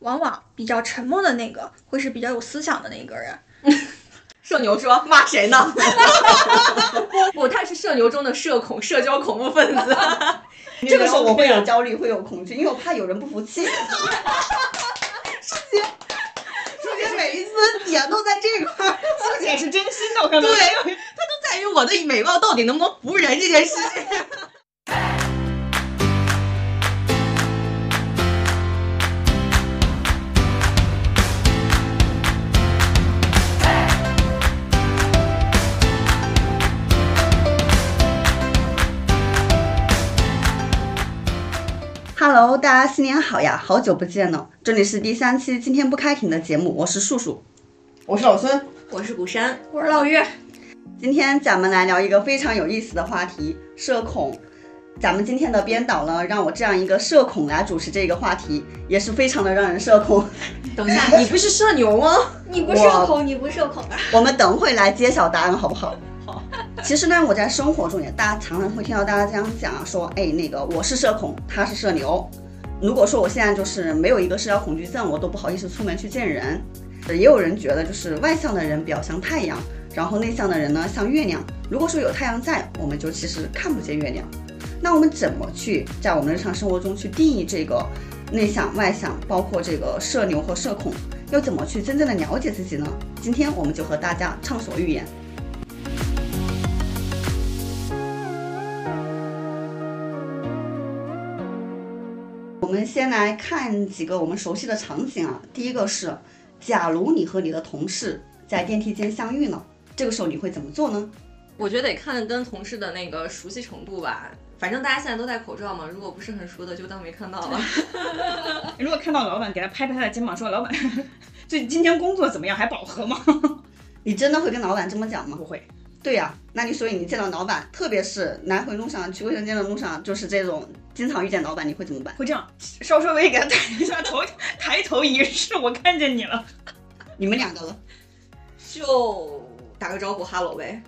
往往比较沉默的那个会是比较有思想的那个人。社牛说骂谁呢？ 不，他是社牛中的社恐，社交恐怖分子。这个时候我会有焦虑，会有恐惧，因为我怕有人不服气。舒姐，舒姐每一次点都在这块儿，苏姐是真心的，我看到对，他就在于我的美貌到底能不能服人这件事情。 Hello，大家新年好呀，好久不见了，这里是第三期今天不开庭的节目，我是树树，我是老孙，我是古山，我是老岳，今天咱们来聊一个非常有意思的话题——社恐。咱们今天的编导呢，让我这样一个社恐来主持这个话题，也是非常的让人社恐。等一哎下，你不是社牛吗？你不社恐，你不社恐啊吧？我们等会来揭晓答案，好不好？其实呢，我在生活中也大家常常会听到大家这样讲啊，说，哎，那个我是社恐，他是社牛。如果说我现在就是没有一个社交恐惧症，我都不好意思出门去见人。呃也有人觉得就是外向的人比较像太阳，然后内向的人呢像月亮。如果说有太阳在，我们就其实看不见月亮。那我们怎么去在我们日常生活中去定义这个内向、外向，包括这个社牛和社恐，又怎么去真正的了解自己呢？今天我们就和大家畅所欲言。我们先来看几个我们熟悉的场景啊。第一个是，假如你和你的同事在电梯间相遇了，这个时候你会怎么做呢？我觉得得看跟同事的那个熟悉程度吧。反正大家现在都戴口罩嘛，如果不是很熟的，就当没看到了。如果看到老板，给他拍拍他的肩膀，说：“老板，最今天工作怎么样？还饱和吗 你真的会跟老板这么讲？”吗？不会，对呀、那你所以你见到老板，特别是来回路上去卫生间的路上，就是这种经常遇见老板，你会怎么办？会这样稍稍微给他抬一下头，抬头一视，我看见你了。你们两个了，就打个招呼，哈喽 呗。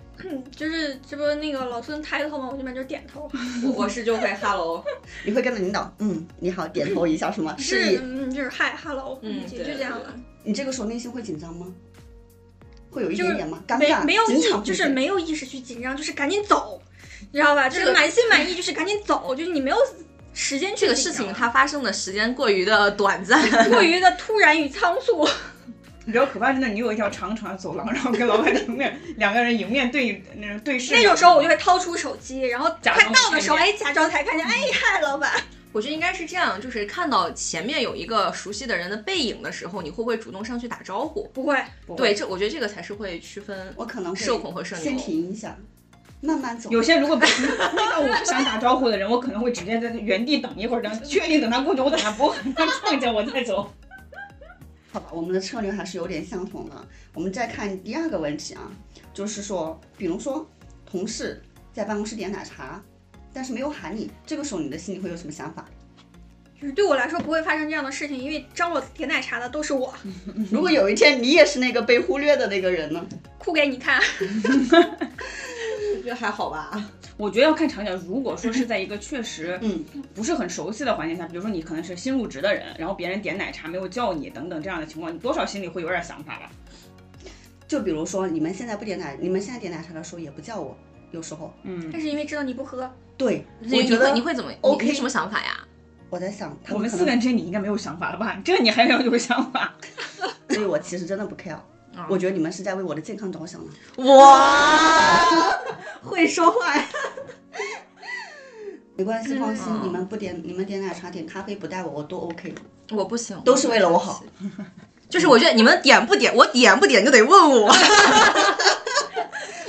就是这不那个老孙抬头嘛，我这边就点 头，我我是就会哈喽。你会跟着领导，嗯，你好，点头一下是吗？示是意。嗯就是嗨，hello，嗯，就对就这样了。。你这个时候内心会紧张吗？会有一就是点点吗？尴没尬，没有紧意张，就是没有意识去紧张，就是赶紧走，你知道吧？就这是个满心满意，就是赶紧走，就是你没有时间去这个紧事张情它发生的时间过于的短暂， 过于的突然与仓促。比较可怕真的，你有一条长长的走廊，然后跟老板迎面，两个人迎面对那种对视。那种时候我就会掏出手机，然后假快装到的时候，看哎，假装才看见，哎，嗨，老板，我觉得应该是这样，就是看到前面有一个熟悉的人的背影的时候，你会不会主动上去打招呼？不会，不对，这我觉得这个才是会区分。我可能会社恐和社牛先停一下，慢慢走。 有些如果不遇到我想打招呼的人，我可能会直接在原地等一会儿，等确定等他过去，我等他不 会，他撞见我再走。好吧，我们的策略还是有点相同的。我们再看第二个问题啊，就是说，比如说同事在办公室点奶茶，但是没有喊你，这个时候你的心里会有什么想法？就是对我来说不会发生这样的事情，因为张罗点奶茶的都是我，嗯如果有一天你也是那个被忽略的那个人呢？哭给你看。我觉得还好吧。我觉得要看场景，如果说是在一个确实嗯不是很熟悉的环境下，比如说你可能是新入职的人，然后别人点奶茶没有叫你等等这样的情况，你多少心里会有点想法吧。就比如说你们现在不点奶，你们现在点奶茶的时候也不叫我，有时候嗯，但是因为知道你不喝，对，你我你觉会得你会怎么？你 OK 你什么想法呀？我在想，他我们可四个能人之间你应该没有想法了吧？这你还要有想法？所以我其实真的不 care，啊我觉得你们是在为我的健康着想的。啊哇，会说话呀。没关系，放心，嗯你们不点，你们点奶茶、点咖啡不带我，我都 OK，我不行，都是为了我好。就是我觉得你们点不点，我点不点就得问 我。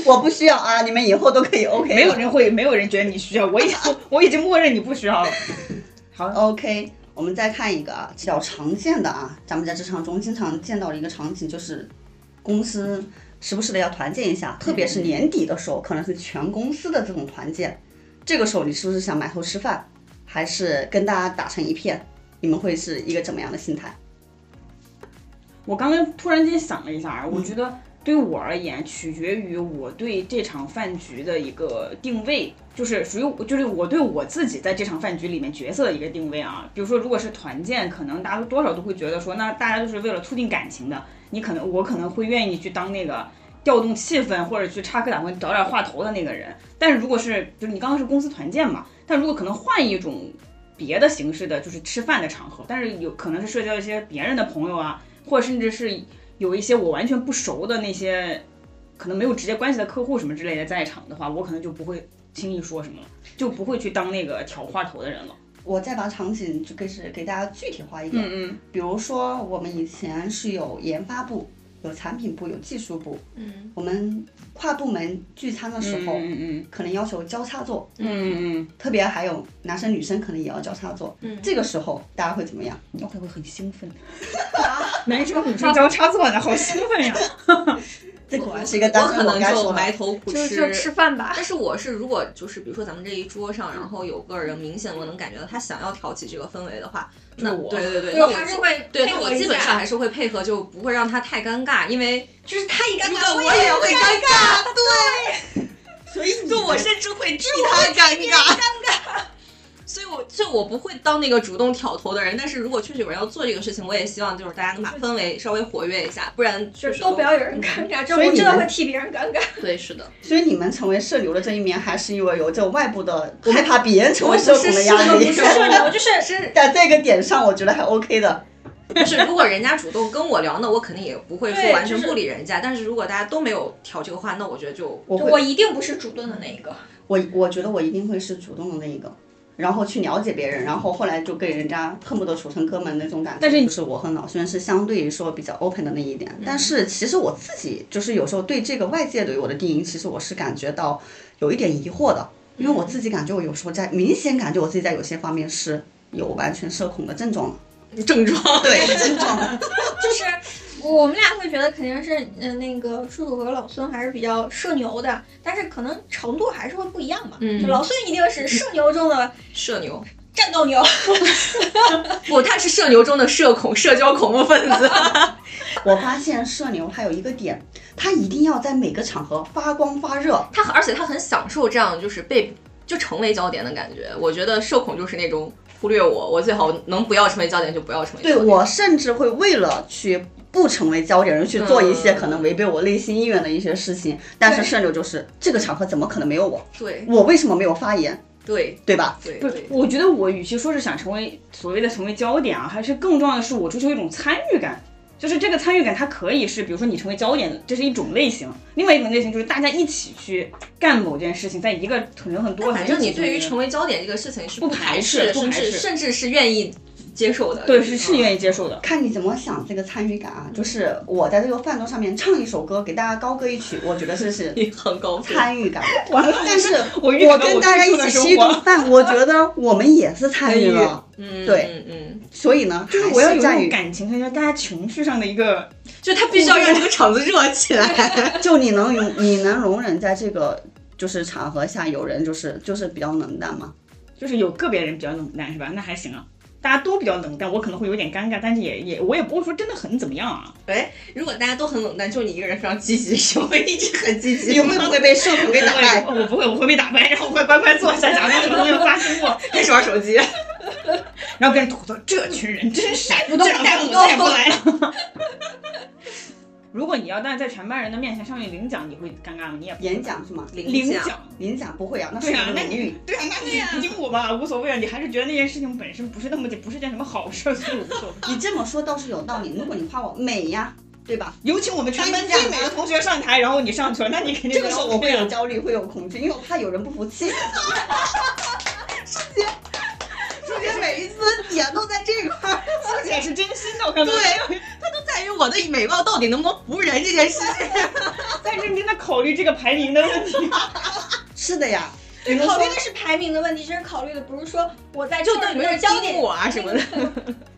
我不需要啊，你们以后都可以 OK 了。没有人会，没有人觉得你需要，我已我已经默认你不需要了。好， OK，我们再看一个啊，比较常见的啊，咱们在职场中经常见到的一个场景就是，公司时不时的要团建一下，特别是年底的时候，可能是全公司的这种团建，这个时候你是不是想埋头吃饭，还是跟大家打成一片？你们会是一个怎么样的心态？我刚刚突然间想了一下啊，我觉得对我而言，取决于我对这场饭局的一个定位，就是属于我就是我对我自己在这场饭局里面角色的一个定位啊。比如说，如果是团建，可能大家多少都会觉得说，那大家就是为了促进感情的，你可能我可能会愿意去当那个调动气氛或者去插科打诨、找点话头的那个人。但是如果是就是你刚刚是公司团建嘛，但如果可能换一种别的形式的，就是吃饭的场合，但是有可能是社交一些别人的朋友啊，或者甚至是有一些我完全不熟的那些，可能没有直接关系的客户什么之类的在场的话，我可能就不会轻易说什么了，就不会去当那个挑话头的人了。我再把场景就给是给大家具体化一点，嗯比如说我们以前是有研发部、有产品部、有技术部，嗯我们跨部门聚餐的时嗯候，嗯可能要求交叉坐，嗯嗯嗯特别还有男生女生可能也要交叉坐，嗯，这个时候大家会怎么样？嗯，我可会很兴奋。男生女生交叉坐呢，好兴奋呀！这果我然是一个单我可身我能该就说埋了。头苦就吃，就吃饭吧。但是我是，如果就是比如说咱们这一桌上，然后有个人明显我能感觉到他想要挑起这个氛围的话，那我对对对，我那还我是就会对，配那合我一基本下上还是会配合，就不会让他太尴尬，因为就是他一尴如尬，果我也会尴尬，所以你就我甚至会替他尴尬，尴尬。所以我，所以我不会当那个主动挑头的人，但是如果确实有人要做这个事情，我也希望就是大家能把氛围稍微活跃一下，不然就确是实都不要有人尴尬，这所以我你真的们会替别人尴尬。对，是的，所以你们成为社牛的这一面，还是因为有这种外部的害怕别人成为社恐的压我力不。是社牛， 就是是在这个点上，我觉得还 OK 的。就是如果人家主动跟我聊，那我肯定也不会说对完全就是不理人家。但是如果大家都没有挑这个话，那我觉得就我会我一定不是主动的那一个。我我觉得我一定会是主动的那一个，然后去了解别人，然后后来就跟人家恨不得处成哥们那种感觉。但是就是我和老轩是相对于说比较 open 的那一点，但是其实我自己就是有时候对这个外界对我的定义，其实我是感觉到有一点疑惑的，因为我自己感觉我有时候在明显感觉我自己在有些方面是有完全社恐的症状的。症 状。对，症状的。就是我们俩会觉得肯定是，嗯、那个叔叔和老孙还是比较社牛的，但是可能程度还是会不一样嘛。嗯就老孙一定是社牛中的社牛战斗 牛，不，他是社牛中的社恐，社交恐怖分子。 我发现社牛他有一个点，他一定要在每个场合发光发热。他而且他很享受这样就是被就成为焦点的感觉。我觉得社恐就是那种忽略我，我最好能不要成为焦点就不要成为焦对点。我甚至会为了去不成为焦点人去做一些嗯可能违背我内心意愿的一些事情，但是社牛就是这个场合怎么可能没有我？对我为什么没有发言？对对吧？对不是对，，我觉得我与其说是想成为所谓的成为焦点啊，还是更重要的是我追求一种参与感。就是这个参与感，它可以是，比如说你成为焦点，这是一种类型；另外一种类型就是大家一起去干某件事情，在一个可能很多啊反很正一你起做对的于人成为焦点这个事情是不排排斥不甚排至斥甚至是愿意接受的。对是是愿意接受的，看你怎么想这个参与感啊！就是我在这个饭桌上面唱一首歌，给大家高歌一曲，我觉得这 是意很高分。参与感。完了但是 我遇到我跟大家一起吃一生活顿饭，我觉得我们也是参与了。嗯，对嗯嗯，所以呢，就是还我要有是那在种于感情上，让大家情绪上的一个，就他必须要让这个场子热起来。 就你能容你能容忍在这个就是场合下有人就是就是比较冷淡吗？就是有个别人比较冷淡，是吧？那还行啊，大家都比较冷淡，我可能会有点尴尬，但是也也我也不会说真的很怎么样啊。哎，如果大家都很冷淡，就你一个人非常积极，是会一直很积极。你会不会被社恐给打败？哎我不会，我会被打败，然后我会乖乖坐下，假装什么都没有发生过，开始玩手机？然后跟人吐槽这群人真是带不动带带不动，动带不来了。 如果你要但在全班人的面前上去领奖，你会尴尬吗？你也不会演讲是吗？领奖，奖，领奖不会啊，那是对啊个那荣誉。对啊，那你不听我吧，无所谓啊，你还是觉得那件事情本身不是那么不是件什么好事，所以无所谓。你这么说倒是有道理。如果你夸我美呀，对吧？有请我们全班最美的同学上台，然后你上去了，那你肯定这个时候我会觉得有，OK 啊焦虑，会有恐惧，因为我怕有人不服 气。师姐，师姐每一次点都在这块儿。而且哎是真心的，我看到对在于我的美貌到底能不能服人这件事情。在认真的考虑这个排名的问 题。是的呀，比如考说虑，的是排名的问题，其实考虑的不是说我在就这儿对有没没有人焦教点我啊什么的。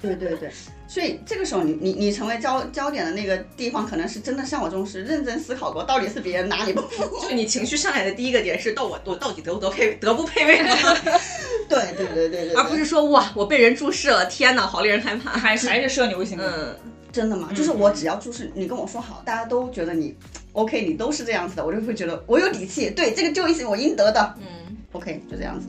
对对对。所以这个时候你，你你成为焦焦点的那个地方，可能是真的像我这种是认真思考过，到底是别人哪里不服我。就你情绪上来的第一个点是到我我到底得不得配得不配位， 对对对对对对，而不是说哇我被人注视了，天哪，好令人害怕。还还是社牛型的，嗯，真的吗？就是我只要就是你跟我说好，大家都觉得你 OK，你都是这样子的，我就会觉得我有底气，对这个就一是我应得的嗯。 ，OK，就这样子。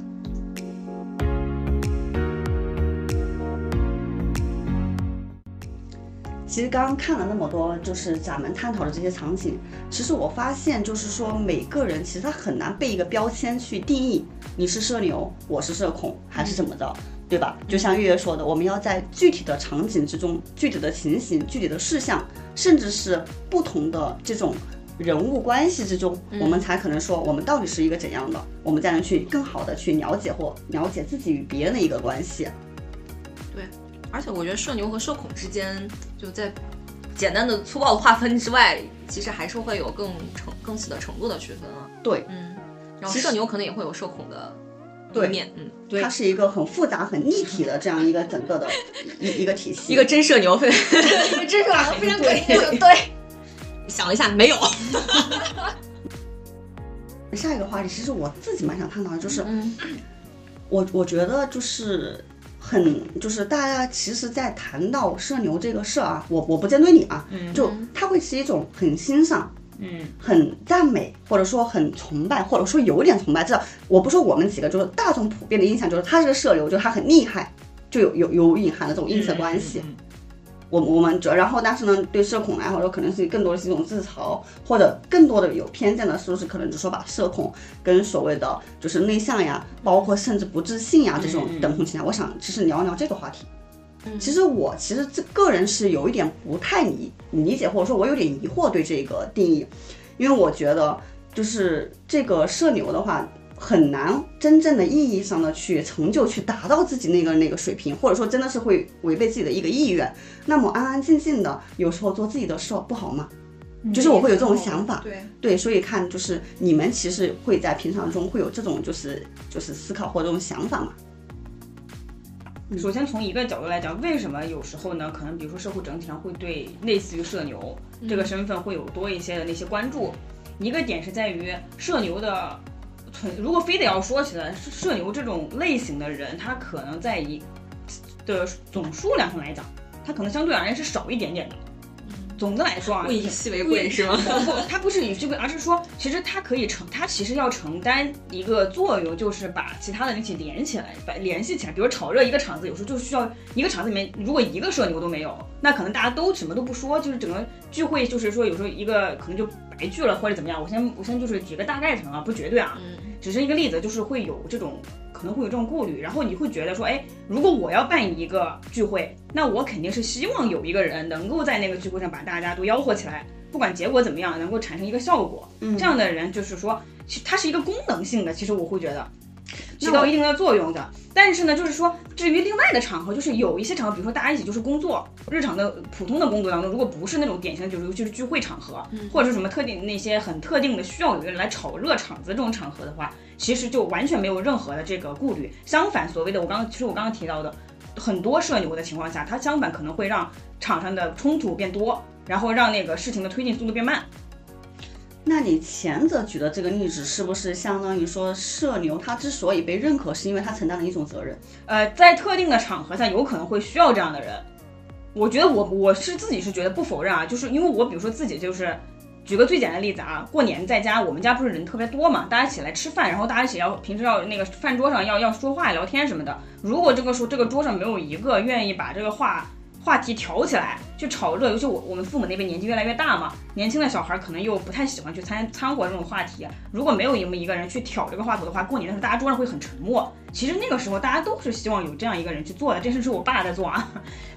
其实刚刚看了那么多，就是咱们探讨的这些场景，其实我发现就是说，每个人其实他很难被一个标签去定义，你是社牛，我是社恐，还是怎么着，对吧？就像月月说的，我们要在具体的场景之中、具体的情形、具体的事项，甚至是不同的这种人物关系之中，我们才可能说我们到底是一个怎样的，我们才能去更好的去了解或了解自己与别人的一个关系。而且我觉得社牛和社恐之间，就在简单的粗暴的划分之外，其实还是会有更程更细的程度的区分啊。对，嗯，然后社牛可能也会有社恐的对一面，嗯，它是一个很复杂、很立体的这样一个整个的一一个体系。一个真社牛， 对 嗯这是 两个非常肯 定的，对，想了一下，没有，下一个话题，其实我自己蛮想探讨的，就是嗯我我觉得就是很就是大家其实，在谈到社牛这个事儿啊，我我不针对你啊，就他会是一种很欣赏。嗯，很赞美，或者说很崇拜，或者说有点崇拜。至少我不说我们几个，就是大众普遍的印象，就是他是个社牛，就是他很厉害，就有有有隐含的这种映射关系。嗯我们我们主要，然后但是呢，对社恐来说，可能是更多的是一种自嘲，或者更多的有偏见的，是不是可能就说把社恐跟所谓的就是内向呀，包括甚至不自信呀这种嗯嗯等同起来？我想其实聊一聊这个话题。嗯其实我其实这个人是有一点不太理理解，或者说我有点疑惑对这个定义，因为我觉得就是这个社牛的话，很难真正的意义上的去成就、去达到自己那个那个水平，或者说真的是会违背自己的一个意愿。那么安安静静的，有时候做自己的事儿不好吗？嗯就是我会有这种想法，对，对，所以看就是你们其实会在平常中会有这种就是就是思考或者这种想法嘛？首先从一个角度来讲，为什么有时候呢？可能比如说社会整体上会对类似于社牛这个身份会有多一些的那些关注。一个点是在于社牛的存，如果非得要说起来，社社牛这种类型的人，他可能在一的总数量上来讲，他可能相对而言是少一点点的。总的来说啊，物以稀为贵是吗？ 不，他不是以这个，而是说，其实他可以承，他其实要承担一个作用，就是把其他的人一起连起来，把联系起来。比如炒热一个场子，有时候就需要一个场子里面，如果一个社牛都没有，那可能大家都什么都不说，就是整个聚会，就是说有时候一个可能就白聚了或者怎么样。我先我先就是举个大概上啊，不绝对啊，嗯只是一个例子，就是会有这种可能会有这种顾虑，然后你会觉得说，哎，如果我要办一个聚会，那我肯定是希望有一个人能够在那个聚会上把大家都吆喝起来，不管结果怎么样，能够产生一个效果。嗯这样的人就是说，其他是一个功能性的，其实我会觉得起那到我一定的作用的。但是呢，就是说，至于另外的场合，就是有一些场合，比如说大家一起就是工作，日常的普通的工作当中，如果不是那种典型的，就是尤其是聚会场合，嗯或者是什么特定那些很特定的需要有人来炒热场子这种场合的话，其实就完全没有任何的这个顾虑。相反，所谓的我刚刚其实我刚刚提到的，很多社牛的情况下，它相反可能会让场上的冲突变多，然后让那个事情的推进速度变慢。那你前者举的这个例子，是不是相当于说社牛他之所以被认可，是因为他承担了一种责任？呃，在特定的场合下，有可能会需要这样的人。我觉得我我是自己是觉得不否认啊，就是因为我比如说自己就是，举个最简单的例子啊，过年在家，我们家不是人特别多嘛，大家一起来吃饭，然后大家一起要平时要那个饭桌上要要说话聊天什么的。如果这个时候这个桌上没有一个愿意把这个话话题挑起来，就炒热，尤其我我们父母那边年纪越来越大嘛，年轻的小孩可能又不太喜欢去参掺和这种话题。如果没有那么一个人去挑这个话头的话，过年的时候大家桌上会很沉默。其实那个时候大家都是希望有这样一个人去做的，这事是我爸在做啊，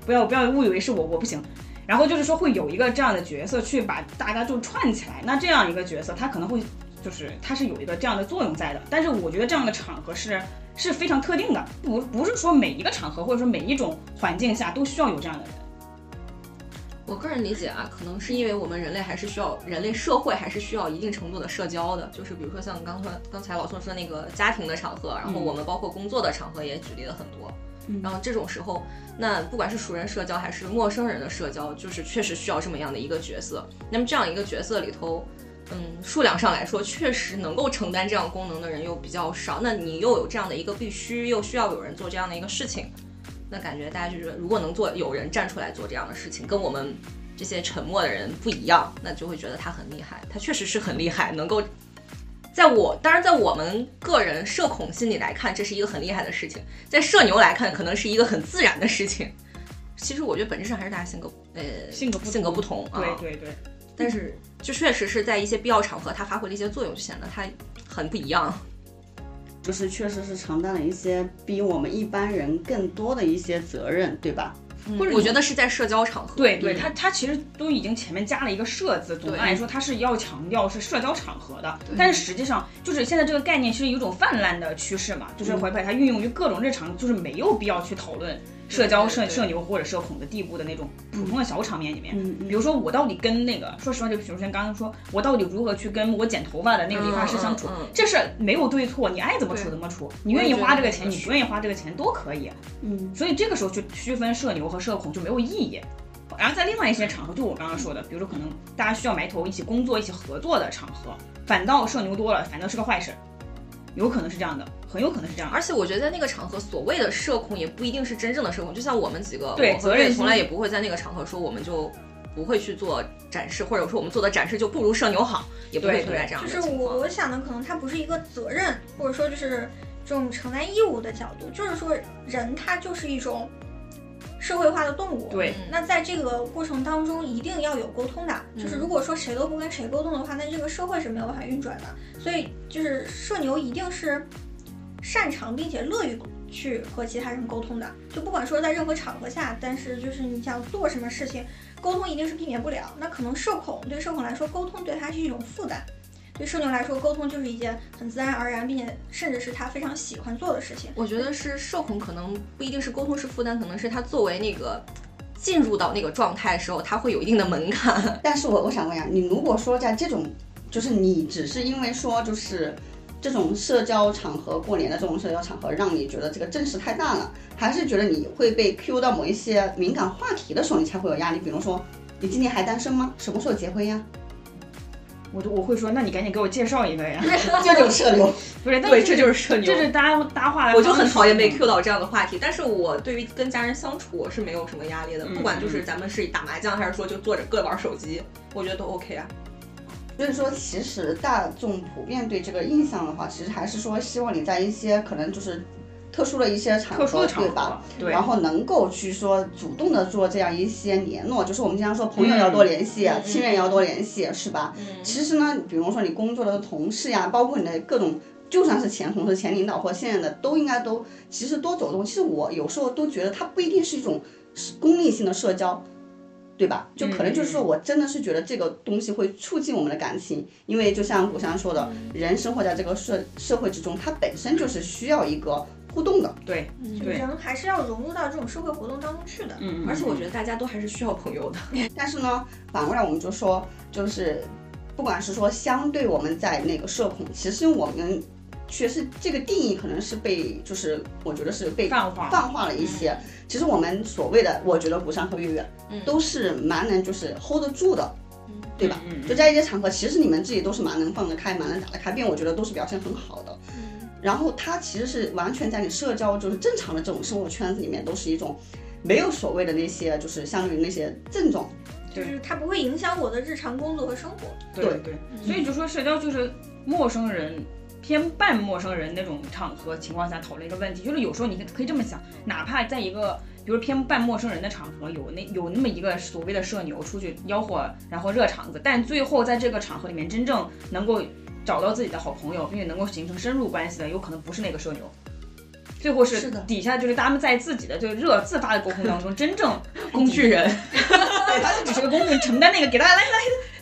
不要不要误以为是我，我不行。然后就是说会有一个这样的角色去把大家就串起来，那这样一个角色他可能会就是他是有一个这样的作用在的，但是我觉得这样的场合是是非常特定的，不不是说每一个场合或者说每一种环境下都需要有这样的人。我个人理解啊，可能是因为我们人类还是需要人类社会还是需要一定程度的社交的，就是比如说像刚刚刚才老宋说的那个家庭的场合，然后嗯我们包括工作的场合也举例了很多。嗯然后这种时候，那不管是熟人社交还是陌生人的社交，就是确实需要这么样的一个角色。那么这样一个角色里头，嗯，数量上来说，确实能够承担这样功能的人又比较少。那你又有这样的一个必须，又需要有人做这样的一个事情，那感觉大家就觉得，如果能做有人站出来做这样的事情，跟我们这些沉默的人不一样，那就会觉得他很厉害。他确实是很厉害，能够在我当然在我们个人社恐心理来看，这是一个很厉害的事情；在社牛来看，可能是一个很自然的事情。其实我觉得本质上还是大家性格呃性格不性格不同啊，对嗯对对，但是就确实是在一些必要场合，它发挥了一些作用，就显得它很不一样。就是确实是承担了一些比我们一般人更多的一些责任，对吧？或者我觉得是在社交场合，对对，他他其实都已经前面加了一个“社”字，总的来说他是要强调是社交场合的，但是实际上就是现在这个概念是有一种泛滥的趋势嘛，就是会把它运用于各种日常，就是没有必要去讨论社交对对社对社牛或者社恐的地步的那种普通的小场面里面。嗯嗯比如说我到底跟那个，说实话，就比如说刚刚说我到底如何去跟我剪头发的那个理发师相处，嗯嗯嗯这事儿没有对错，你爱怎么处对怎么处，你愿意花这个我钱，也你觉不愿意花这个钱都可以。嗯，所以这个时候去区分社牛和社恐就没有意义。然后在另外一些场合，就我刚刚说的，比如说可能大家需要埋头一起工作、一起合作的场合，反倒社牛多了，反倒是个坏事，有可能是这样的，很有可能是这样的。而且我觉得在那个场合，所谓的社恐也不一定是真正的社恐。就像我们几个，对我和责任瑞心从来也不会在那个场合说我们就不会去做展示，或者说我们做的展示就不如社牛好，也不会对存在对这样就的是情况。我我想的可能它不是一个责任，或者说就是这种承担义务的角度，就是说人他就是一种社会化的动物。对，嗯那在这个过程当中，一定要有沟通的。就是嗯如果说谁都不跟谁沟通的话，那这个社会是没有办法运转的。所以就是社牛一定是擅长并且乐于去和其他人沟通的，就不管说在任何场合下，但是就是你想做什么事情，沟通一定是避免不了。那可能社恐对社恐来说，沟通对他是一种负担。对社牛来说，沟通就是一件很自然而然，并且甚至是他非常喜欢做的事情。我觉得是社恐，可能不一定是沟通式负担，可能是他作为那个进入到那个状态的时候，他会有一定的门槛。 但是我我想问呀，你如果说在这种，就是你只是因为说就是这种社交场合，过年的这种社交场合，让你觉得这个阵势太大了，还是觉得你会被 Q 到某一些敏感话题的时候，你才会有压力？比如说，你今年还单身吗？什么时候结婚呀？ 我就我会说，那你赶紧给我介绍一个呀，这 种社牛，不是？但就是社这是搭搭话的方式，我就很讨厌被 Q 到这样的话题，但是我对于跟家人相处我是没有什么压力的，嗯不管就是咱们是打麻将还是说就坐着各玩手机，我觉得都 OK 啊。所以说，其实大众普遍对这个印象的话，其实还是说希望你在一些可能就是特殊的一些场合，特殊的场对吧？合，对然后能够去说主动的做这样一些联络，就是我们经常说朋友要多联系，啊嗯嗯亲人要多联系，是吧？嗯其实呢，比如说你工作的同事呀，包括你的各种，就算是前同事、前领导或现任的，都应该都其实多走动。其实我有时候都觉得它不一定是一种是功利性的社交，对吧？就可能就是嗯说我真的是觉得这个东西会促进我们的感情，因为就像古香说的，人生活在这个社社会之中，它本身就是需要一个互动的。对，对人还是要融入到这种社会活动当中去的。嗯，而且我觉得大家都还是需要朋友的， 但是呢，反过来我们就说，就是不管是说相对我们在那个社恐，其实我们确实这个定义可能是被，就是我觉得是被泛化嗯泛化了一些。其实我们所谓的，我觉得古山和月月、都是蛮能就是 hold 得住的，对吧？嗯嗯嗯就在一些场合，其实你们自己都是蛮能放得开、蛮能打得开，并我觉得都是表现很好的。嗯然后它其实是完全在你社交就是正常的这种生活圈子里面，都是一种没有所谓的那些就是相当于那些症状。就是它不会影响我的日常工作和生活。对对，所以就说社交就是陌生人偏半陌生人那种场合情况下讨论一个问题，就是有时候你可以可以这么想，哪怕在一个比如偏半陌生人的场合，有那有那么一个所谓的社牛出去吆喝，然后热场子，但最后在这个场合里面真正能够找到自己的好朋友，并且能够形成深入关系的，有可能不是那个社牛。最后是是的底下就是他们在自己的这个热自发的沟通当中，真正工具人，对，他就只是个工具人，承担那个给大家来来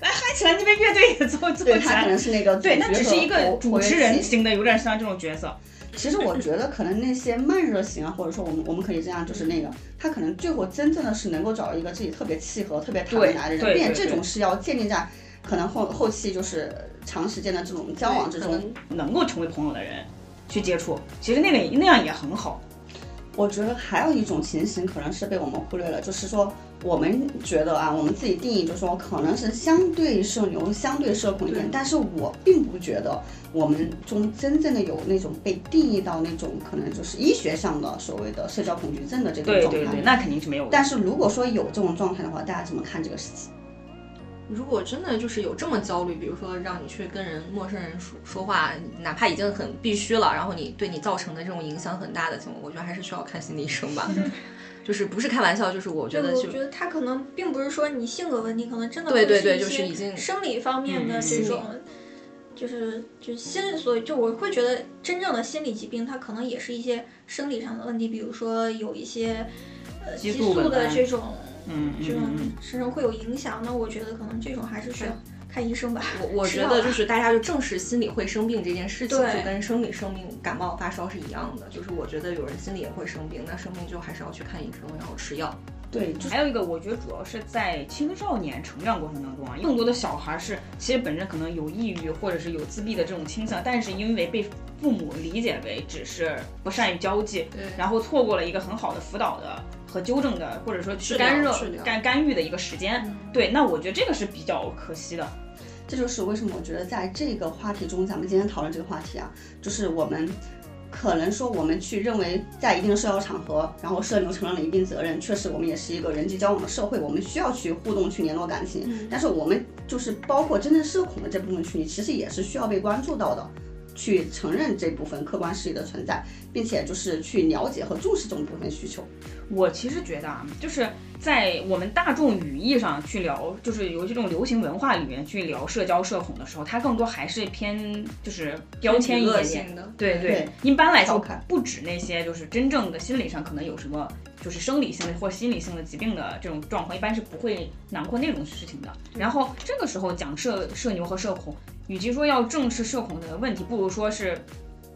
来嗨起来，那边乐队也奏奏对起他可来，能是那个对，那主角只是一和个活主持人。活跃型的，有点像这种角色。期其实我觉得可能那些慢热型啊，或者说我们我们可以这样，就是那个他可能最后真正的是能够找到一个自己特别契合、特别谈得来的人，对对并且对这种是要建立在可能后后期就是长时间的这种交往之可中。能能够成为朋友的人去接触，其实那个那样也很好。我觉得还有一种情形可能是被我们忽略了，就是说我们觉得啊，我们自己定义就是说，可能是相对社牛、相对社恐一点，但是我并不觉得我们中真正的有那种被定义到那种可能就是医学上的所谓的社交恐惧症的这种对状态。对对，那肯定是没有的。但是如果说有这种状态的话，大家怎么看这个事情？如果真的就是有这么焦虑，比如说让你去跟人陌生人说说话，哪怕已经很必须了，然后你对你造成的这种影响很大的情况，我觉得还是需要看心理医生吧。就是不是开玩笑，就是我觉得我就觉得他可能并不是说你性格问题，可能真的对会对对，一就是些已经生理方面的嗯这种，就是就是心理，所以就我会觉得真正的心理疾病，它可能也是一些生理上的问题，比如说有一些呃激激素素紊的乱这种嗯这种嗯身上会有影响。那我觉得可能这种还是需要看医生吧。我我吃觉药得吧就是大家就正视心理会生病这件事情，对就跟生理生病、感冒发烧是一样的。就是我觉得有人心里也会生病，那生病就还是要去看医生，然后吃药。对，就嗯。是还有一个，我觉得主要是在青少年成长过程当中啊，更多的小孩是其实本身可能有抑郁或者是有自闭的这种倾向，但是因为被父母理解为只是不善于交际，对然后错过了一个很好的辅导的和纠正的，或者说治去疗干热治疗嗯干干预的一个时间。对，那我觉得这个是比较可惜的。这就是为什么我觉得在这个话题中，咱们今天讨论这个话题啊，就是我们可能说我们去认为在一定的社交场合，然后社牛承认了一定责任，确实我们也是一个人际交往的社会，我们需要去互动、去联络感情。但是我们就是包括真正社恐的这部分群体，其实也是需要被关注到的。去承认这部分客观事实的存在，并且就是去了解和重视这种部分需求。我其实觉得啊，就是在我们大众语义上去聊，就是尤其这种流行文化里面去聊社交社恐的时候，它更多还是偏就是标签一恶点点。性的，对对对，一般来调说侃不止那些，就是真正的心理上可能有什么，就是生理性的或者心理性的疾病的这种状况，一般是不会囊括那种事情的。嗯然后这个时候讲社社牛和社恐，与其说要正视社恐的问题，不如说是，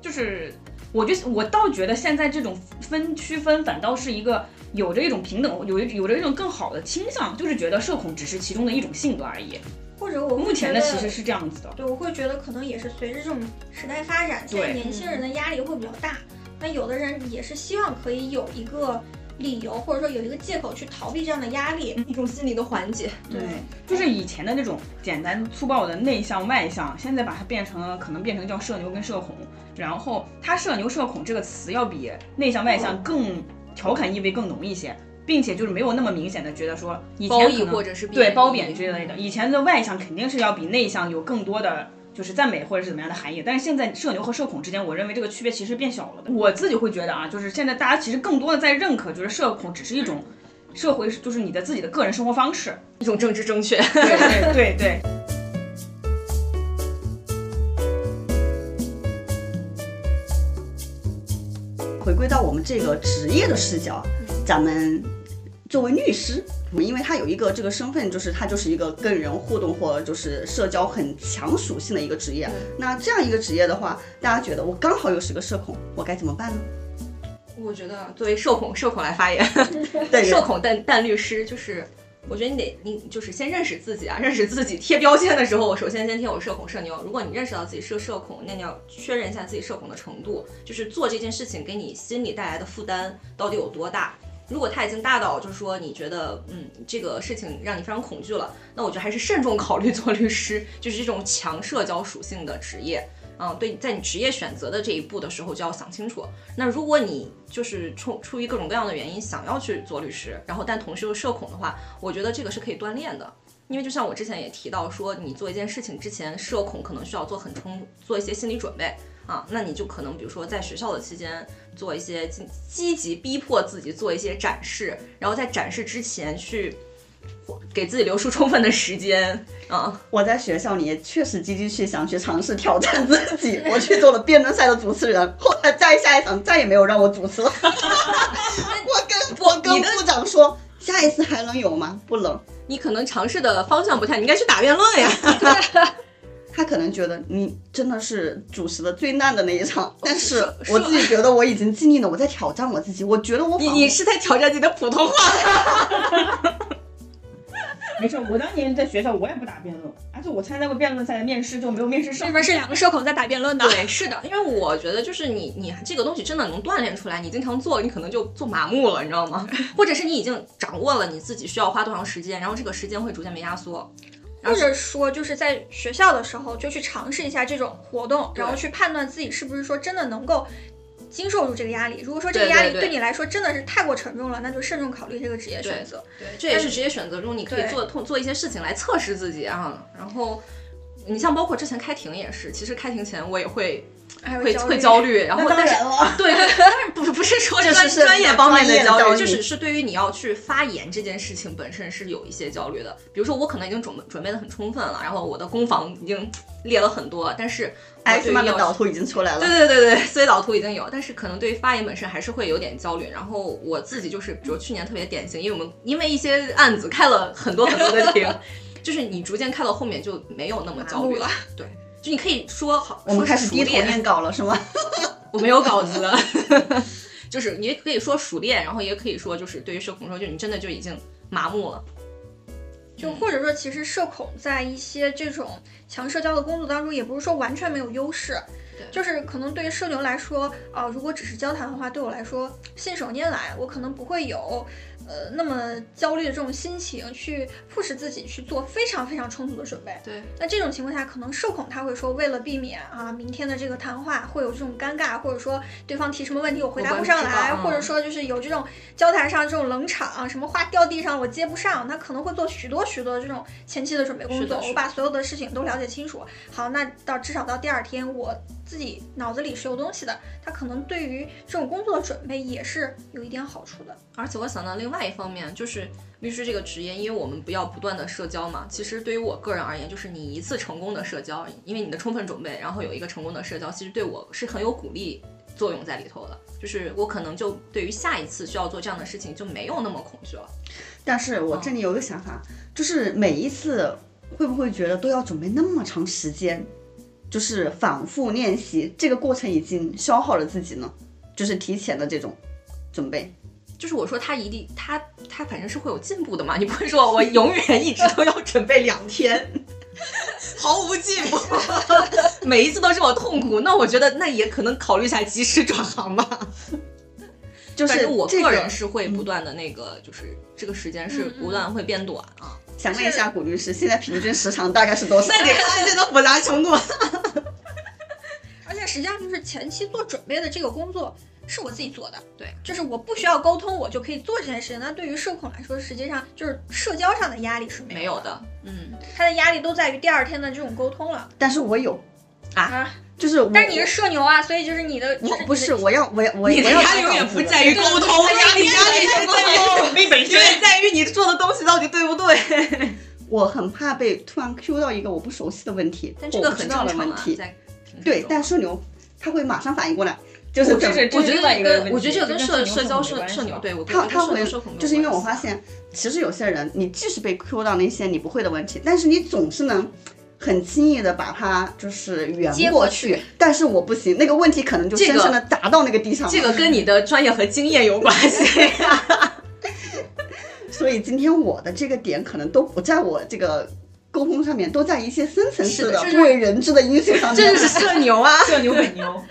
就是我就我倒觉得现在这种分区分反倒是一个有着一种平等，有有着一种更好的倾向，就是觉得社恐只是其中的一种性格而已。或者我会目前觉的得其实是这样子的。对，我会觉得可能也是随着这种时代发展，现在对年轻人的嗯压力会比较大。那有的人也是希望可以有一个理由，或者说有一个借口去逃避这样的压力。一种心理的缓解。对，嗯就是以前的那种简单粗暴的内向外向，现在把它变成了可能变成叫社牛跟社恐，然后它社牛社恐这个词要比内向外嗯向更调侃意味更浓一些，并且就是没有那么明显的觉得说以前褒义可能或者是贬对义嗯褒贬之类的，以前的外向肯定是要比内向有更多的。就是赞美或者是怎么样的含义，但是现在社牛和社恐之间，我认为这个区别其实变小了的。我自己会觉得啊，就是现在大家其实更多的在认可，就是社恐只是一种社会，就是你的自己的个人生活方式，一种政治正确。对对对。回归到我们这个职业的视角，嗯咱们作为律师，我们因为他有一个这个身份，就是他就是一个跟人互动或者就是社交很强属性的一个职嗯业。那这样一个职业的话，大家觉得我刚好又是个社恐，我该怎么办呢？我觉得作为社恐，社恐来发言，对社恐但但律师就是，我觉得你得你就是先认识自己啊，认 识自己贴标签的时候，我首先先贴我社恐社牛。如果你认识到自己是社恐，那你要确认一下自己社恐的程度，就是做这件事情给你心里带来的负担到底有多大。如果它已经大到就是说你觉得嗯这个事情让你非常恐惧了，那我觉得还是慎重考虑做律师，就是这种强社交属性的职业。嗯，对，在你职业选择的这一步的时候就要想清楚。那如果你就是出出于各种各样的原因想要去做律师，然后但同时又社恐的话，我觉得这个是可以锻炼的。因为就像我之前也提到说，你做一件事情之前，社恐可能需要做很充做一些心理准备啊。那你就可能比如说在学校的期间做一些积积极逼迫自己做一些展示，然后在展示之前去给自己留出充分的时间啊。我在学校里也确实积极去想去尝试挑战自己，我去做了辩论赛的主持人，后来再下一场再也没有让我主持了。 我跟我跟你的部长说，下一次还能有吗？不能。你可能尝试的方向不太，你应该去打辩论呀。他可能觉得你真的是主持的最烂的那一场，但是是哦是我自己觉得我已经尽力了，我在挑战我自己，我觉得我你仿你佛是在挑战自己的普通话。没事，我当年在学校我也不打辩论，而且我参加过辩论赛的面试，就没有面试上这。边是两个社恐在打辩论的，对，是的，因为我觉得就是你，你这个东西真的能锻炼出来。你经常做，你可能就做麻木了，你知道吗？ 或者是你已经掌握了你自己需要花多长时间，然后这个时间会逐渐被压缩。或者说就是在学校的时候就去尝试一下这种活动，对然后去判断自己是不是说真的能够经受住这个压力。如果说这个对压力对对对你来说真的是太过沉重了，那就慎重考虑这个职业选择。对，这也是职业选择中你可以对做通做一些事情来测试自己啊。然后，你像包括之前开庭也是，其实开庭前我也会还有会焦会虑焦 虑，然后那当但是然了，对， 但是不是不是说这专是是专业方面专业的焦焦虑就只是对于你要去发言这件事情本身是有一些焦虑的。比如说我可能已经准备准备的很充分了，然后我的攻防已经列了很多，但是我艾对斯于曼的要导图已经出来了对。对对对，所以导图已经有，但是可能对于发言本身还是会有点焦虑。然后我自己就是，比如去年特别典型，因为我们因为一些案子开了很多很多的庭， 就是你逐渐开到后面就没有那么焦虑了。对，就你可以说好，我们说开始熟低头练念稿了是 吗？哦我没有稿子了。 就是你也可以说熟练，然后也可以说就是对于社恐说，就你真的就已经麻木了。就或者说，其实社恐在一些这种强社交的工作当中，也不是说完全没有优势对。就是可能对于社牛来说，啊、如果只是交谈的话，对我来说信手拈来，我可能不会有，呃，那么焦虑的这种心情去迫使自己去做非常非常充足的准备。对，那这种情况下，可能社恐他会说，为了避免啊明天的这个谈话会有这种尴尬，或者说对方提什么问题我回答我不不上知道来，嗯或者说就是有这种交谈上这种冷场，什么话掉地上我接不上，他可能会做许多许多这种前期的准备工是的作，是的我把所有的事情都了解清楚。好，那到至少到第二天，我自己脑子里是有东西的，他可能对于这种工作的准备也是有一点好处的。而且我想到另外一方面，就是律师这个职业，因为我们不要不断的社交嘛。其实对于我个人而言，就是你一次成功的社交，因为你的充分准备，然后有一个成功的社交，其实对我是很有鼓励作用在里头的。就是我可能就对于下一次需要做这样的事情就没有那么恐惧了。但是我这里有一个想法，就是每一次会不会觉得都要准备那么长时间，就是反复练习，这个过程已经消耗了自己呢？就是提前的这种准备，就是我说他一定他他反正是会有进步的嘛，你不会说我永远一直都要准备两天，毫无进步， 每一次都是我痛苦。那我觉得那也可能考虑一下及时转行吧。就反是正我这个嗯人个。是会不断的那个，就是这个时间是不断会变短啊。想问一下古律师，现在平均时长大概是多少？ 那你看案件的复杂程度，而且实际上就是前期做准备的这个工作是我自己做的，对，就是我不需要沟通，我就可以做这件事情。那对于社恐来说，实际上就是社交上的压力是没有有，的，嗯，他的压力都在于第二天的这种沟通了 但是我有，啊。就是我，但是你是社牛啊，所以就是你的，就我你不是，我要我要我你的我要压力写永远稿不 子在于沟通，压力压力在于准备本永远在于你做的东西到底对不对。我很怕被突然 Q 到一个我不熟悉的问题，但这我个不知很道正的常问啊题，，在平时对中，但社牛他会马上反应过来，就是我这怎么是我觉另外得一个问跟题我觉得这个跟这社跟社社交交社社社社牛牛哦对我他跟他社会牛社恐有就是因为关我系哦发现，其实有些人你即使被 Q 到那些你不会的问题，但是你总是能很轻易的把它就是圆接过过去。但是我不行，那个问题可能就这个深深的砸到那个地上了。这个跟你的专业和经验有关 系。所以今天我的这个点可能都不在我这个沟通上面，都在一些深层是次的的这是不为人知的因素上面。这就是社牛啊！ 社牛很牛。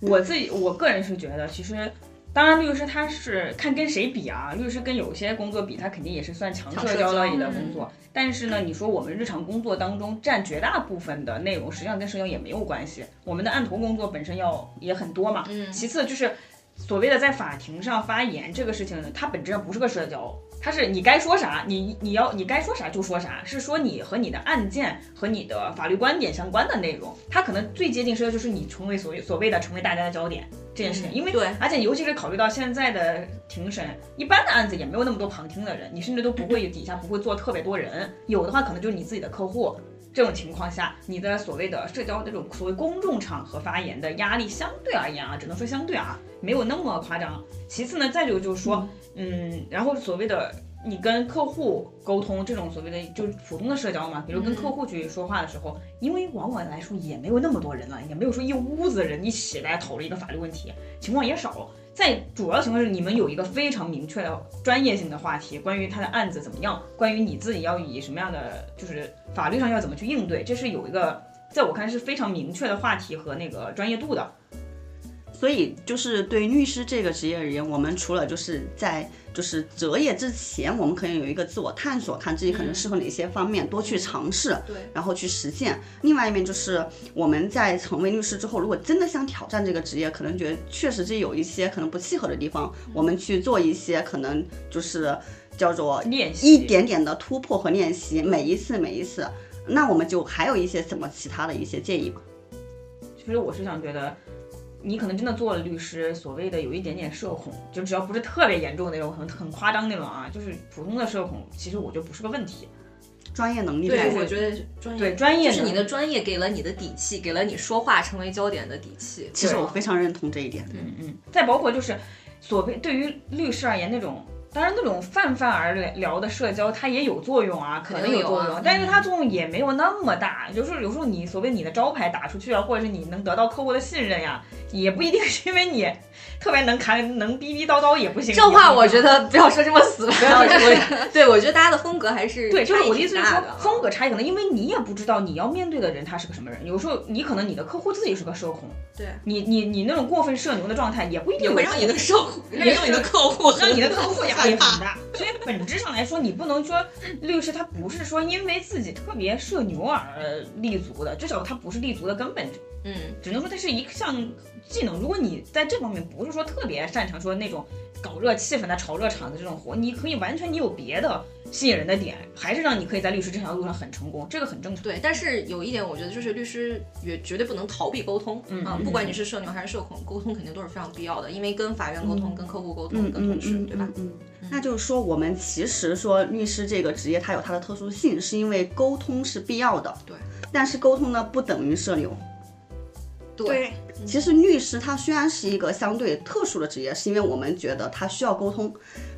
我自己我个人是觉得，其实当然律师他是看跟谁比啊，律师跟有些工作比，他肯定也是算强强社社交交类的嗯工作。但是呢，你说我们日常工作当中占绝大部分的内容，实际上跟社交也没有关系。我们的案头工作本身要也很多嘛。嗯其次就是所谓的在法庭上发言这个事情，它本质上不是个社交，它是你该说啥，你你要你该说啥就说啥，是说你和你的案件和你的法律观点相关的内容。它可能最接近社交就是你成为所谓所谓的成为大家的焦点这件事情，因为对而且尤其是考虑到现在的庭审，一般的案子也没有那么多旁听的人，你甚至都不会底下不会坐特别多人，有的话可能就是你自己的客户。这种情况下，你的所谓的社交这种所谓公众场合发言的压力，相对而言啊，只能说相对啊，没有那么夸张。其次呢，再就就是说，嗯，然后所谓的你跟客户沟通这种所谓的就是普通的社交嘛，比如跟客户去说话的时候，因为往往来说也没有那么多人了，也没有说一屋子人一起来讨论一个法律问题，情况也少。在主要情况是你们有一个非常明确的专业性的话题，关于他的案子怎么样，关于你自己要以什么样的就是法律上要怎么去应对，这是有一个在我看来是非常明确的话题和那个专业度的。所以就是对于律师这个职业而言，我们除了就是在就是择业之前，我们可以有一个自我探索，看自己可能适合哪些方面，多去尝试，对然后去实践。另外一面就是我们在成为律师之后，如果真的想挑战这个职业，可能觉得确实是有一些可能不契合的地方，嗯我们去做一些可能就是叫做练习一点点的突破和练习，每一次每一次，那我们就还有一些什么其他的一些建议吧。其实我是想觉得，你可能真的做了律师，所谓的有一点点社恐，就只要不是特别严重的那种，很很夸张那种啊，就是普通的社恐，其实我觉得不是个问题。专业能力对，吧我觉得专业对专业就是能你的专业给了你的底气，给了你说话成为焦点的底气。其实对我非常认同这一点。嗯再包括就是所谓对于律师而言那种。当然，那种泛泛而聊的社交，它也有作用啊，可能肯定有作啊用，嗯但是它作用也没有那么大。就是有时候你所谓你的招牌打出去啊，或者是你能得到客户的信任呀、也不一定是因为你特别能侃、能逼逼叨叨也不啊行。这话我觉得。得不要说这么死吧，我 对我觉得大家的风格还是对，就是我的差异意思挺是大说的，啊风格差异可能因为你也不知道你要面对的人他是个什么人，有时候你可能你的客户自己是个社恐，对你你你那种过分社牛的状态也不一定也会让你的售户，也让你的客户很，让你的客户压力很大，所以本质上来说，你不能说律师他不是说因为自己特别社牛而立足的，至少他不是立足的根本，嗯，只能说它是一项技能。如果你在这方面不是说特别擅长，说那种搞热气氛的、炒热场的这种活，你可以完全你有别的吸引人的点，还是让你可以在律师这条路上很成功，这个很正常。对。但是有一点，我觉得就是律师也绝对不能逃避沟通，嗯啊嗯不管你是社牛还是社恐，沟通肯定都是非常必要的，因为跟法院沟通、跟客户沟通、跟同事，对吧？嗯，那就是说，我们其实说律师这个职业它有它的特殊性，是因为沟通是必要的。对。但是沟通呢，不等于社牛。对，其实律师他虽然是一个相对特殊的职业，是因为我们觉得他需要沟通，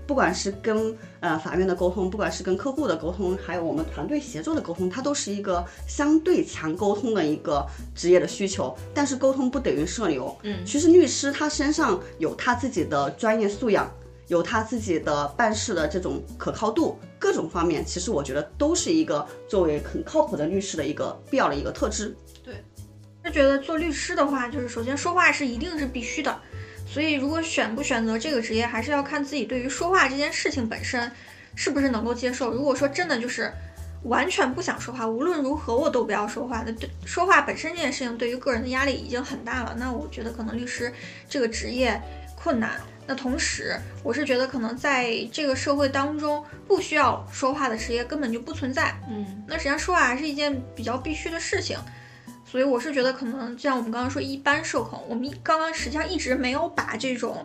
不管是跟呃法院的沟通，不管是跟客户的沟通，还有我们团队协作的沟通，它都是一个相对强沟通的一个职业的需求。但是沟通不等于社牛，嗯，其实律师他身上有他自己的专业素养。有他自己的办事的这种可靠度，各种方面，其实我觉得都是一个作为很靠谱的律师的一个必要的一个特质。就觉得做律师的话，就是首先说话是一定是必须的，所以如果选不选择这个职业，还是要看自己对于说话这件事情本身是不是能够接受。如果说真的就是完全不想说话，无论如何我都不要说话，那对说话本身这件事情对于个人的压力已经很大了，那我觉得可能律师这个职业困难。那同时，我是觉得可能在这个社会当中，不需要说话的职业根本就不存在。嗯，那实际上说话还是一件比较必须的事情，所以我是觉得可能就像我们刚刚说一般社恐，我们一刚刚实际上一直没有把这种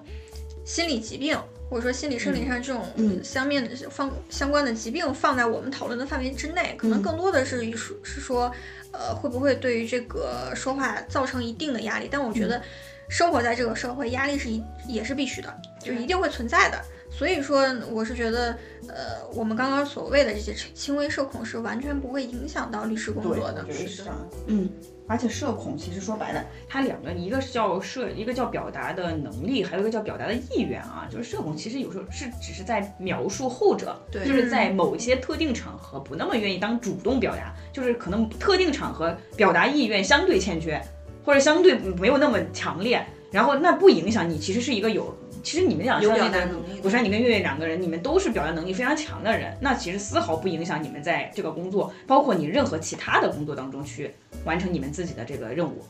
心理疾病或者说心理生理上这种嗯相面的放相关的疾病放在我们讨论的范围之内，可能嗯更多的是一说是说，呃，会不会对于这个说话造成一定的压力？但我嗯觉得生活在这个社会，压力是一也是必须的，就一定会存在的。所以说，我是觉得，呃，我们刚刚所谓的这些轻微社恐是完全不会影响到律师工作的。是这样。嗯，而且社恐其实说白了，它两个，一个是叫社，一个叫表达的能力，还有一个叫表达的意愿啊。就是社恐其实有时候是只是在描述后者，对就是在某一些特定场合不那么愿意当主动表达，就是可能特定场合表达意愿相对欠缺，或者相对没有那么强烈。然后那不影响你，其实是一个有，其实你们俩有像表那达种能力的我说你跟月月两个人，你们都是表达能力非常强的人，那其实丝毫不影响你们在这个工作，包括你任何其他的工作当中去完成你们自己的这个任务。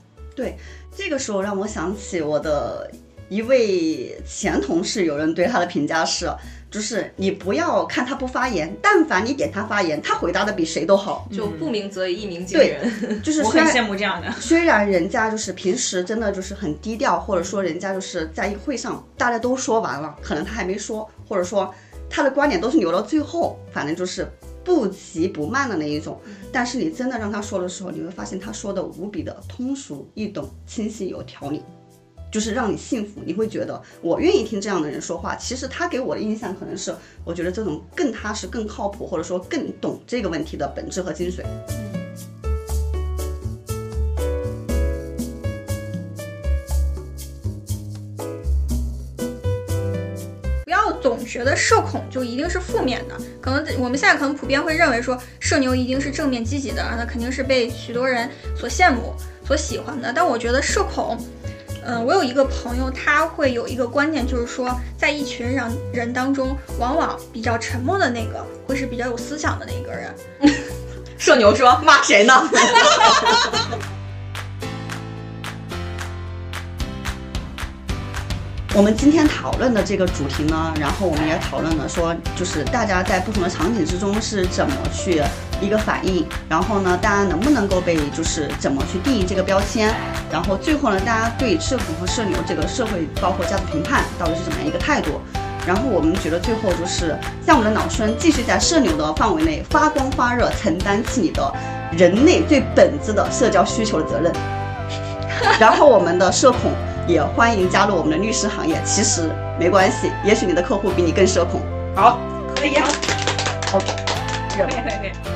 这个时候让我想起我的一位前同事，有人对他的评价是，就是你不要看他不发言，但凡你点他发言，他回答的比谁都好。就不鸣则已，一鸣惊对人。 就是嗯我虽很然羡慕这样的。虽然人家就是平时真的就是很低调，或者说人家就是在一个会上大家都说完了，可能他还没说，或者说他的观点都是留到最后，反正就是不急不慢的那一种。但是你真的让他说的时候，你会发现他说的无比的通俗易懂、清晰有条理，就是让你信服。你会觉得我愿意听这样的人说话。其实他给我的印象可能是，我觉得这种更踏实、更靠谱，或者说更懂这个问题的本质和精髓。觉得社恐就一定是负面的，可能我们现在可能普遍会认为说社牛一定是正面积极的，那肯定是被许多人所羡慕、所喜欢的。但我觉得社恐，嗯、我有一个朋友，他会有一个观念，就是说在一群人人当中，往往比较沉默的那个会是比较有思想的那一个人。社牛说骂谁呢？我们今天讨论的这个主题呢，然后我们也讨论了说，就是大家在不同的场景之中是怎么去一个反应，然后呢，大家能不能够被就是怎么去定义这个标签，然后最后呢，大家对社恐和社牛这个社会包括价值评判到底是怎么样一个态度？然后我们觉得最后就是让我们的脑孙继续在社牛的范围内发光发热，承担起你的人类最本质的社交需求的责任。然后我们的社恐也欢迎加入我们的律师行业，其实没关系，也许你的客户比你更社恐。好，可以啊， OK， 可以可以可以。